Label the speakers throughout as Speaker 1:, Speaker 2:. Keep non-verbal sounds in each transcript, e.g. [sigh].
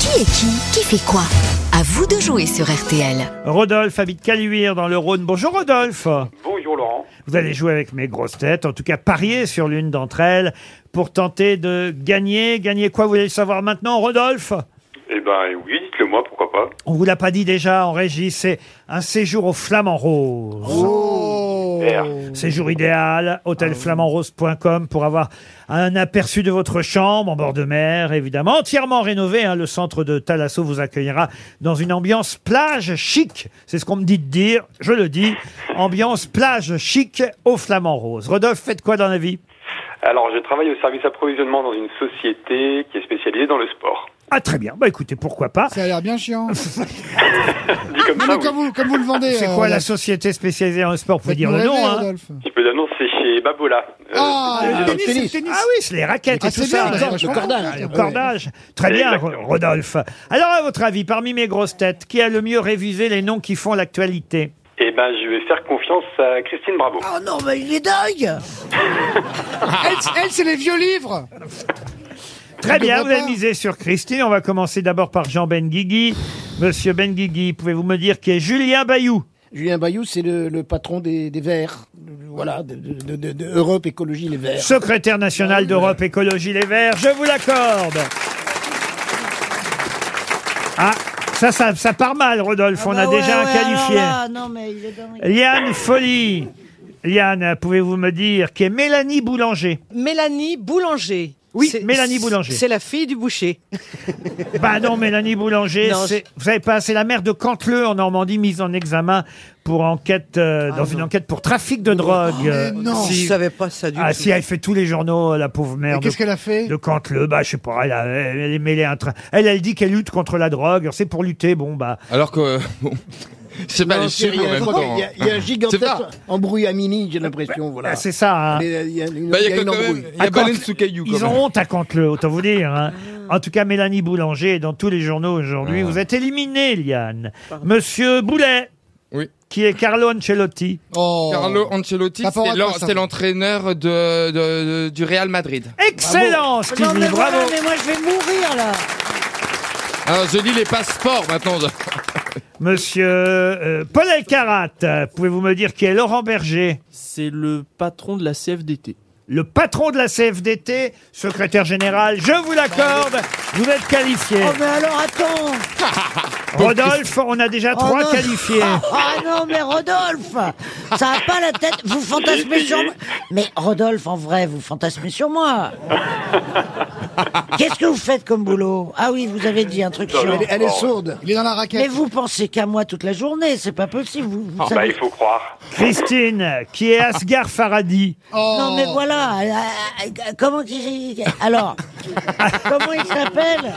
Speaker 1: Qui est qui Qui fait quoi À vous de jouer sur RTL.
Speaker 2: Rodolphe habite Caluire dans le Rhône. Bonjour Rodolphe.
Speaker 3: Bonjour Laurent.
Speaker 2: Vous allez jouer avec mes grosses têtes, en tout cas parier sur l'une d'entre elles pour tenter de gagner. Gagner quoi Vous voulez le savoir maintenant, Rodolphe
Speaker 3: Eh ben oui, dites-le moi, pourquoi pas.
Speaker 2: On vous l'a pas dit déjà en régie, c'est un séjour au Flamand Rose.
Speaker 3: Vert.
Speaker 2: Séjour idéal, hôtelflamandrose.com pour avoir un aperçu de votre chambre en bord de mer, évidemment. Entièrement rénové, hein, le centre de Talasso vous accueillera dans une ambiance plage chic. C'est ce qu'on me dit de dire, je le dis. Ambiance plage chic au Flamand Rose. Rodolphe, faites quoi dans la vie
Speaker 3: Alors je travaille au service approvisionnement dans une société qui est spécialisée dans le sport.
Speaker 2: Ah très bien, bah écoutez, pourquoi pas.
Speaker 4: Ça a l'air bien chiant.
Speaker 2: [laughs]
Speaker 3: Dit comme
Speaker 4: Non,
Speaker 3: ça,
Speaker 4: mais
Speaker 3: oui.
Speaker 4: comme vous, comme vous le vendez.
Speaker 2: C'est
Speaker 4: euh,
Speaker 2: quoi la
Speaker 4: Rodolphe,
Speaker 2: société spécialisée en sport Vous pouvez
Speaker 4: faites-nous
Speaker 2: dire le
Speaker 4: rêver,
Speaker 2: nom, hein.
Speaker 4: Rodolphe.
Speaker 3: Je peux l'annoncer, c'est chez Babola. Euh,
Speaker 4: Ah,
Speaker 3: spécialisé
Speaker 4: le
Speaker 3: dans-
Speaker 4: tennis, le tennis.
Speaker 2: Ah oui, c'est les raquettes
Speaker 4: Ah,
Speaker 2: et tout
Speaker 4: c'est bien, Ah,
Speaker 2: ça. Le
Speaker 4: le cordage, le
Speaker 2: cordage.
Speaker 4: cordage.
Speaker 2: Le cordage. Très bien,
Speaker 3: Exactement.
Speaker 2: Ro- Rodolphe. Alors, à votre avis, parmi mes grosses têtes, qui a le mieux révisé les noms qui font l'actualité
Speaker 3: Eh ben je vais faire confiance à Christine Bravo.
Speaker 5: Oh non, mais il est dingue
Speaker 4: Elle, elle, c'est les vieux livres.
Speaker 2: Très
Speaker 4: Je
Speaker 2: bien,
Speaker 4: vois
Speaker 2: vous avez
Speaker 4: pas.
Speaker 2: misé sur Christine. On va commencer d'abord par Jean Benguigui. Monsieur Benguigui, pouvez-vous me dire qui est Julien Bayou
Speaker 5: Julien Bayou, c'est le, le patron des, des Verts. Voilà, de, de- de- de Europe Écologie Les Verts.
Speaker 2: Secrétaire national d'Europe Écologie Les Verts, je vous l'accorde. Ah, ça, ça, ça part mal, Rodolphe.
Speaker 4: Ah bah
Speaker 2: On a
Speaker 5: Ah oh
Speaker 2: déjà un qualifié.
Speaker 5: non, mais il est dingue.
Speaker 2: Liane Folie. Liane, pouvez-vous me dire qui est Mélanie Boulanger
Speaker 6: Mélanie Boulanger.
Speaker 2: Oui,
Speaker 6: C'est-
Speaker 2: Mélanie Boulanger.
Speaker 6: C'est la fille du boucher.
Speaker 2: Bah non, Mélanie Boulanger,
Speaker 6: Non,
Speaker 2: c'est, vous savez pas, c'est la mère de Canteleu en Normandie, mise en examen pour enquête,
Speaker 6: Ah
Speaker 2: euh, dans une enquête pour trafic de drogue. euh,
Speaker 4: non.
Speaker 2: si-
Speaker 6: Oh, Je savais pas ça du
Speaker 2: ah,
Speaker 6: tout.
Speaker 2: si, elle fait tous les journaux, euh, la pauvre mère.
Speaker 4: Et
Speaker 2: de-
Speaker 4: qu'est-ce qu'elle a fait
Speaker 2: de Canteleu, bah je sais pas, elle, a- elle est mêlée à un train. Elle, elle dit qu'elle lutte contre la drogue, Alors, c'est pour lutter, bon bah.
Speaker 7: Alors que, [laughs] euh, bon, c'est pas les hein.
Speaker 5: Non, c'est-
Speaker 7: séries
Speaker 5: Il y
Speaker 7: en
Speaker 5: a-
Speaker 7: même temps.
Speaker 5: il y a- il y a un
Speaker 7: C'est
Speaker 5: gigantesque
Speaker 7: pas-
Speaker 5: embrouille à mini, j'ai l'impression.
Speaker 6: Bah.
Speaker 5: Voilà.
Speaker 2: C'est ça, hein.
Speaker 5: Mais, euh, Il y a une,
Speaker 7: Bah,
Speaker 5: il
Speaker 7: il
Speaker 5: y a
Speaker 7: y a
Speaker 5: une
Speaker 7: quand même-
Speaker 5: embrouille.
Speaker 7: il y a
Speaker 2: À Canteleu,
Speaker 7: Baleine sous caillou quand
Speaker 2: Ils
Speaker 7: même.
Speaker 2: ont honte à Canteleu, autant vous dire. hein. En tout cas, Mélanie Boulanger est dans tous les journaux aujourd'hui. Vous êtes éliminé, Liane. Monsieur Boulet,
Speaker 7: Oui.
Speaker 2: qui est Carlo Ancelotti.
Speaker 4: Oh.
Speaker 7: Carlo Ancelotti,
Speaker 4: Ça pourra
Speaker 7: c'est l'en-
Speaker 4: pas, ça.
Speaker 7: c'est l'entraîneur de, de- de- du Real Madrid.
Speaker 2: Excellent, Stevie,
Speaker 6: Non, mais voilà,
Speaker 2: bravo.
Speaker 6: mais moi je vais mourir là.
Speaker 7: Alors je lis les passeports [laughs] maintenant.
Speaker 2: Monsieur euh, Paul Elkarat, euh, pouvez-vous me dire qui est Laurent Berger
Speaker 8: C'est le patron de la CFDT.
Speaker 4: Ah,
Speaker 2: le patron de la CFDT, secrétaire général, je vous l'accorde, vous êtes qualifié.
Speaker 6: Oh, mais alors attends.
Speaker 2: Rodolphe, on a déjà trois
Speaker 5: Oh, non.
Speaker 2: qualifiés.
Speaker 5: [laughs] Ah non, mais Rodolphe Ça a pas la tête Vous fantasmez sur moi Mais Rodolphe, en vrai, vous fantasmez sur
Speaker 2: [laughs]
Speaker 5: moi Qu'est-ce que vous faites comme boulot Ah oui, vous avez dit un truc chiant.
Speaker 3: Elle est- elle
Speaker 7: Oh.
Speaker 3: est
Speaker 5: sourde
Speaker 4: Il est dans la
Speaker 5: Mais
Speaker 4: raquette.
Speaker 5: vous pensez qu'à moi toute la journée, c'est pas possible. Vous, vous
Speaker 3: Bah
Speaker 5: savez-
Speaker 3: il faut croire.
Speaker 2: Christine, qui est Asgar Faradi.
Speaker 4: Oh.
Speaker 5: Non mais voilà, euh, euh, comment il... Alors, comment il s'appelle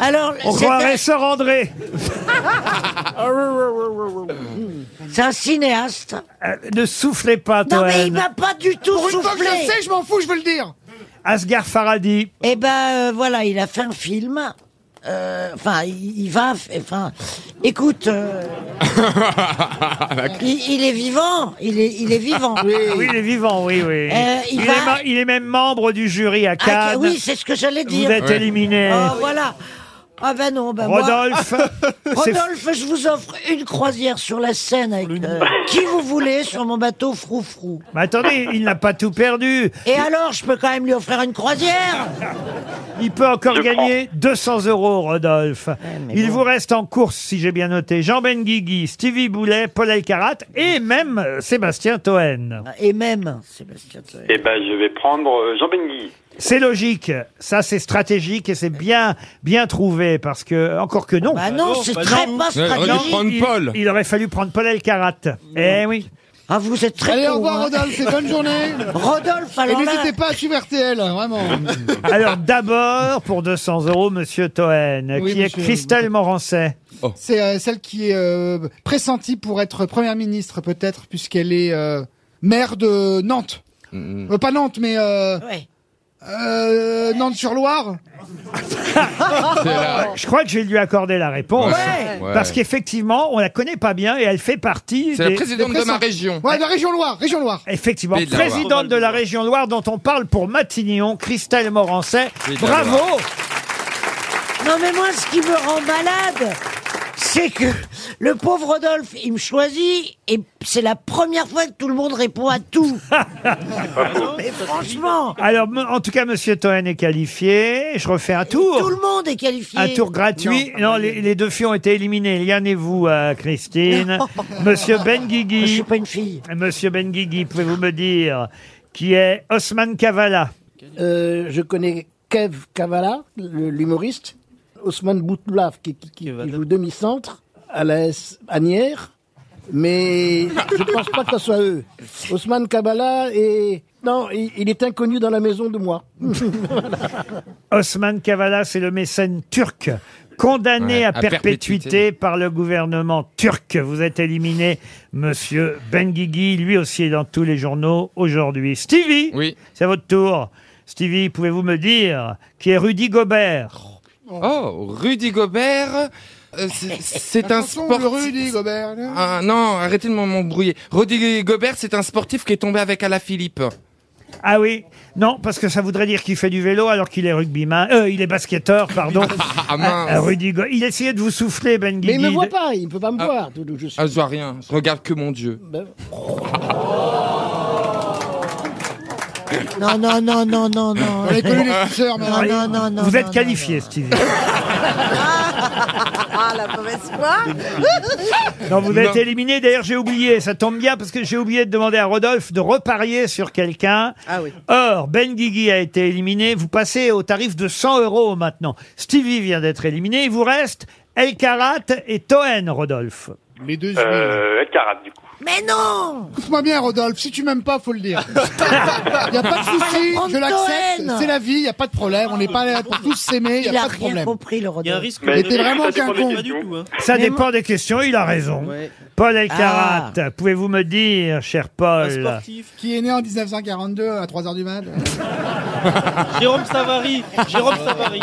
Speaker 5: Alors,
Speaker 2: On
Speaker 5: c'est
Speaker 2: croirait
Speaker 5: un,
Speaker 2: Sœur André.
Speaker 5: c'est un cinéaste.
Speaker 2: Euh, ne soufflez pas,
Speaker 5: Non mais il
Speaker 2: Toen.
Speaker 5: m'a pas du tout
Speaker 4: Pour une fois que je
Speaker 5: soufflé.
Speaker 4: le sais, je m'en fous, je veux le dire.
Speaker 2: Asghar Faradi.
Speaker 5: Eh ben euh, voilà, il a fait un film. Euh, Enfin, il, il va. f- Enfin, écoute, euh, il, il est vivant. Il est, il est vivant.
Speaker 2: Oui, il est vivant, oui, oui.
Speaker 5: Euh, il
Speaker 2: il,
Speaker 5: va-
Speaker 2: est ma- il est même membre du jury à
Speaker 5: Ah,
Speaker 2: Cannes.
Speaker 5: oui, c'est ce que j'allais
Speaker 2: Vous
Speaker 5: dire.
Speaker 2: êtes
Speaker 7: Ouais.
Speaker 2: éliminé.
Speaker 5: Oh, voilà. Ah ben non, ben moi. [laughs]
Speaker 2: Rodolphe. c'est-
Speaker 5: Rodolphe, je vous offre une croisière sur la Seine avec euh, qui vous voulez sur mon bateau froufrou.
Speaker 2: Mais attendez, il n'a pas tout perdu.
Speaker 5: Et alors, je peux quand même lui offrir une croisière.
Speaker 2: Il peut encore
Speaker 3: Je
Speaker 2: gagner 200 euros, Rodolphe.
Speaker 5: mais
Speaker 2: il
Speaker 5: bon.
Speaker 2: vous reste en course, si j'ai bien noté, Jean Benguigui, Stevie Boulet, Paul Elkarat et même euh, Sébastien Toen.
Speaker 5: Et même, Sébastien. Toer.
Speaker 3: Eh ben je vais prendre euh, Jean Bengui.
Speaker 2: C'est logique, ça c'est stratégique et c'est bien, bien trouvé parce que, encore que non.
Speaker 5: Bah non, c'est très pas
Speaker 7: J'aurais dû
Speaker 5: stratégique.
Speaker 7: prendre
Speaker 2: il,
Speaker 7: Paul.
Speaker 2: il aurait fallu prendre Paul Elkarat. Eh oui.
Speaker 5: Ah, vous êtes très
Speaker 4: Allez, au
Speaker 5: con,
Speaker 4: revoir
Speaker 5: hein.
Speaker 4: Rodolphe, c'est bonne journée.
Speaker 5: Rodolphe,
Speaker 4: Et
Speaker 5: alors là,
Speaker 4: n'hésitez pas à suivre RTL, vraiment.
Speaker 2: Alors d'abord, pour 200 euros, monsieur Toen,
Speaker 4: Oui,
Speaker 2: qui est
Speaker 4: monsieur.
Speaker 2: Christelle Morancet.
Speaker 4: C'est euh, celle qui est euh, pressentie pour être première ministre, peut-être, puisqu'elle est euh, maire de Nantes. Euh, pas Nantes, mais euh,
Speaker 5: ouais.
Speaker 4: euh, Nantes-sur-Loire.
Speaker 2: Je crois que j'ai lui accordé la réponse. Parce
Speaker 7: Parce que
Speaker 2: qu'effectivement, on la connaît pas bien et elle fait partie
Speaker 7: c'est la
Speaker 2: des,
Speaker 7: présidente
Speaker 4: des
Speaker 7: de
Speaker 4: pressants.
Speaker 7: ma région.
Speaker 4: Ouais, la région Loire, région Loire.
Speaker 2: Effectivement,
Speaker 7: Pays de la Loire.
Speaker 2: présidente de la région Loire dont on parle pour Matignon, Christelle Morancet.
Speaker 7: Pays de la
Speaker 2: Bravo
Speaker 5: Non mais moi, ce qui me rend malade, c'est que le pauvre Rodolphe, il me choisit et c'est la première fois que tout le monde répond à tout. mais franchement,
Speaker 2: Alors, m- en tout cas, Monsieur Toen est qualifié. Je refais un
Speaker 5: tout
Speaker 2: tour.
Speaker 5: le monde est qualifié.
Speaker 2: Un tour gratuit. Non, les, les deux filles ont été éliminées. Liane et vous, euh,
Speaker 5: [laughs]
Speaker 2: Christine. Monsieur
Speaker 5: Je
Speaker 2: Benguigui.
Speaker 5: suis pas une fille.
Speaker 2: Monsieur Benguigui, pouvez-vous me dire qui est Osman Kavala
Speaker 9: Euh, je connais Kev Kavala, le- l'humoriste, Osman Boutlav, qui, qui- qui- qui
Speaker 8: Kavala.
Speaker 9: joue demi-centre à la S à Nières, mais je ne pense pas que ce soit eux. Osman Kavala est... Non, il, il est inconnu dans la maison de moi.
Speaker 2: Osman Kavala, c'est le mécène turc condamné
Speaker 7: Ouais,
Speaker 2: à,
Speaker 7: à
Speaker 2: perpétuité,
Speaker 7: perpétuité.
Speaker 2: par le gouvernement turc. Vous êtes éliminé, monsieur Benguigui. Lui aussi est dans tous les journaux aujourd'hui. Stevie,
Speaker 7: Oui.
Speaker 2: c'est à votre tour. Stevie, pouvez-vous me dire qui est Rudy Gobert
Speaker 7: Oh, Rudy Gobert, euh, c'est- c'est un
Speaker 4: Attention, le
Speaker 7: sportif.
Speaker 4: Rudy Gobert. là.
Speaker 7: Ah non, arrêtez de m'en- m'embrouiller. Rudy Gobert, c'est un sportif qui est tombé avec Alaphilippe.
Speaker 2: Ah oui Non, parce que ça voudrait dire qu'il fait du vélo alors qu'il est rugbyman. Euh, il est basketteur, pardon.
Speaker 7: Ah
Speaker 2: Ah,
Speaker 7: [laughs] mince.
Speaker 2: Rudy Gobert. Il essayait de vous souffler, Benguigui.
Speaker 9: Mais il ne me voit
Speaker 2: de-
Speaker 9: pas, il ne peut pas me voir. d'où- d'où Je suis.
Speaker 7: Ah, je vois rien. Je regarde que mon Dieu.
Speaker 9: Ben,
Speaker 5: Non, non, non, non, non, [laughs] non.
Speaker 4: On avait connu les petites sœurs, mais
Speaker 5: Non, Ah, non, non, non.
Speaker 2: vous êtes
Speaker 5: non,
Speaker 2: qualifié, Stevie.
Speaker 6: Ah, la mauvaise foi
Speaker 2: [laughs] Non, vous êtes
Speaker 7: Non.
Speaker 2: éliminé. D'ailleurs, j'ai oublié. Ça tombe bien parce que j'ai oublié de demander à Rodolphe de reparier sur quelqu'un.
Speaker 6: Ah oui.
Speaker 2: Or, Ben Guigui a été éliminé. Vous passez au tarif de 100 euros maintenant. Stevie vient d'être éliminé. Il vous reste El Karat et Toen, Rodolphe.
Speaker 4: Les deux jumeaux.
Speaker 3: Euh, El Karat, du coup.
Speaker 5: non. Mais non
Speaker 4: Écoute-moi bien, Rodolphe. Si tu m'aimes pas, faut le dire. [laughs] Y a pas de souci, je l'accepte.
Speaker 5: Antoine.
Speaker 4: C'est la vie, y a pas de problème. On n'est pas là pour tous s'aimer, y
Speaker 5: Il
Speaker 4: a
Speaker 5: a
Speaker 4: pas de
Speaker 5: rien
Speaker 4: problème.
Speaker 5: compris, le
Speaker 8: Il y a un
Speaker 5: Rodolphe.
Speaker 8: risque.
Speaker 4: Mais t'es vraiment
Speaker 3: ça dépend
Speaker 4: qu'un
Speaker 3: des
Speaker 4: con.
Speaker 8: Pas du tout, hein.
Speaker 2: Ça
Speaker 5: Mais
Speaker 2: dépend des questions. Il a raison.
Speaker 8: Ouais.
Speaker 2: Paul El
Speaker 5: Ah.
Speaker 2: Karat, pouvez-vous me dire, cher Paul
Speaker 8: Un sportif.
Speaker 4: Qui est né en 1942 à 3h du mat.
Speaker 8: Jérôme Savary. Jérôme Savary.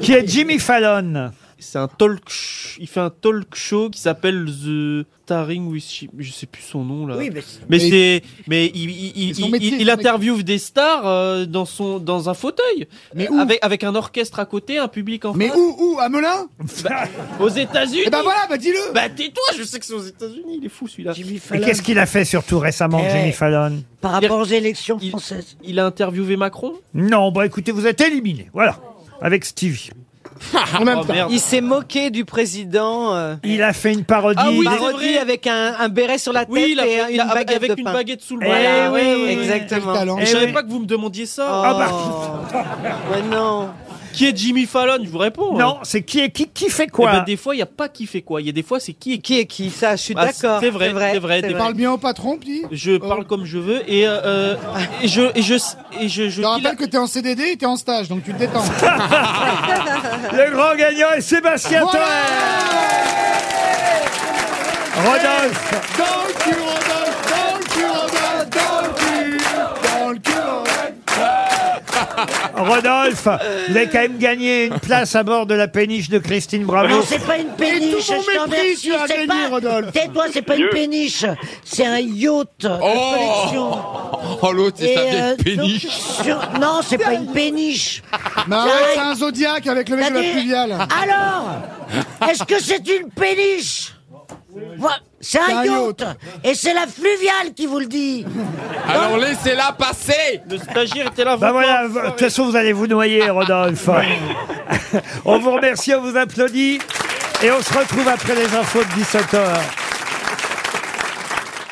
Speaker 2: Qui est Jimmy Fallon
Speaker 8: C'est un talk sh- Il fait un talk show qui s'appelle The Starring with Sheep. Je sais plus son nom là.
Speaker 6: Oui, mais
Speaker 4: Mais-
Speaker 8: Mais c'est, mais il, il, il,
Speaker 4: C'est son
Speaker 8: il-
Speaker 4: métier,
Speaker 8: il-
Speaker 4: son
Speaker 8: il
Speaker 4: métier.
Speaker 8: interviewe des stars euh, dans son, dans un fauteuil,
Speaker 4: Mais
Speaker 8: Euh,
Speaker 4: où
Speaker 8: avec avec un orchestre à côté, un public en
Speaker 4: Mais
Speaker 8: face.
Speaker 4: où, où À Melun
Speaker 8: Aux États-Unis.
Speaker 4: Eh ben voilà, bah dis-le
Speaker 8: Bah tais-toi, je sais que c'est aux États-Unis, il est fou celui-là.
Speaker 5: Jimmy
Speaker 2: Et
Speaker 5: Fallon,
Speaker 2: qu'est-ce qu'il a fait surtout récemment,
Speaker 5: Eh.
Speaker 2: Jimmy Fallon
Speaker 5: par rapport aux élections
Speaker 8: il-
Speaker 5: françaises.
Speaker 8: Il a interviewé Macron.
Speaker 2: Non, bah écoutez, vous êtes éliminé. Voilà.
Speaker 5: Oh.
Speaker 2: Avec Stevie.
Speaker 4: Ah,
Speaker 9: en même
Speaker 8: Oh,
Speaker 9: temps.
Speaker 8: merde.
Speaker 6: il s'est moqué du président. euh,
Speaker 2: Il a fait une parodie.
Speaker 8: Ah oui,
Speaker 2: de-
Speaker 8: c'est
Speaker 6: parodie
Speaker 8: vrai.
Speaker 6: avec un, un béret sur la tête
Speaker 8: Oui, il a,
Speaker 6: et
Speaker 5: euh,
Speaker 8: il
Speaker 6: une
Speaker 8: a- avec,
Speaker 6: baguette de
Speaker 8: une
Speaker 6: pain.
Speaker 8: baguette sous le
Speaker 2: Eh
Speaker 5: Ah
Speaker 8: bras.
Speaker 6: Voilà,
Speaker 2: oui, oui, oui.
Speaker 6: exactement.
Speaker 4: Quel talent.
Speaker 8: Et je savais
Speaker 2: oui.
Speaker 8: pas que vous me demandiez ça.
Speaker 5: bah.
Speaker 6: Oh. Ouais, non.
Speaker 8: Qui est Jimmy Fallon Je vous réponds.
Speaker 2: Non, c'est qui est qui qui fait
Speaker 8: Eh
Speaker 2: quoi
Speaker 8: ben, des fois, il n'y a pas qui fait quoi. Il y a des fois, c'est qui est qui.
Speaker 6: Qui est qui Ça, je suis
Speaker 8: Ah,
Speaker 6: d'accord.
Speaker 8: c'est vrai, c'est vrai, c'est
Speaker 4: Parle bien au patron, puis
Speaker 8: Je parle comme je veux et, euh, euh, et je et je et
Speaker 4: Je te
Speaker 8: je, je dis la-
Speaker 4: rappelle que t'es en CDD et t'es en stage, donc tu te [laughs] détends.
Speaker 2: Le grand gagnant est Sébastien Toen. Rodolphe,
Speaker 4: Dans le cul, Rodolphe, dans le cul, Rodolphe, dans le cul, dans le cul, Rodolphe.
Speaker 2: Rodolphe, vous avez quand même gagné une place à bord de la péniche de Christine
Speaker 5: Non,
Speaker 2: Bravo.
Speaker 5: c'est pas une péniche,
Speaker 4: tout mon
Speaker 5: je t'en
Speaker 4: mépris,
Speaker 5: remercie,
Speaker 4: tu as
Speaker 5: c'est
Speaker 4: gagné,
Speaker 5: pas-
Speaker 4: Rodolphe.
Speaker 5: Tais-toi, c'est pas une
Speaker 3: Mieux.
Speaker 5: péniche, c'est un yacht de
Speaker 7: Oh.
Speaker 5: collection.
Speaker 7: Oh, l'autre, c'est
Speaker 5: Et, euh,
Speaker 7: sa péniche.
Speaker 5: donc, sur- Non, c'est pas une péniche.
Speaker 4: Bah ouais, c'est un zodiaque avec le mec de la
Speaker 5: T'as dit-
Speaker 4: pluviale.
Speaker 5: Alors, est-ce que c'est une péniche Voi- C'est un,
Speaker 4: C'est un
Speaker 5: yacht.
Speaker 4: yacht.
Speaker 5: Et c'est la fluviale qui vous le dit.
Speaker 7: Alors laissez-la passer.
Speaker 8: le stagiaire était là.
Speaker 2: Bah
Speaker 8: vraiment.
Speaker 2: voilà, de toute façon, vous allez vous noyer,
Speaker 8: [laughs]
Speaker 2: Rodolphe. on vous remercie, on vous applaudit. Et on se retrouve après les infos de 17h.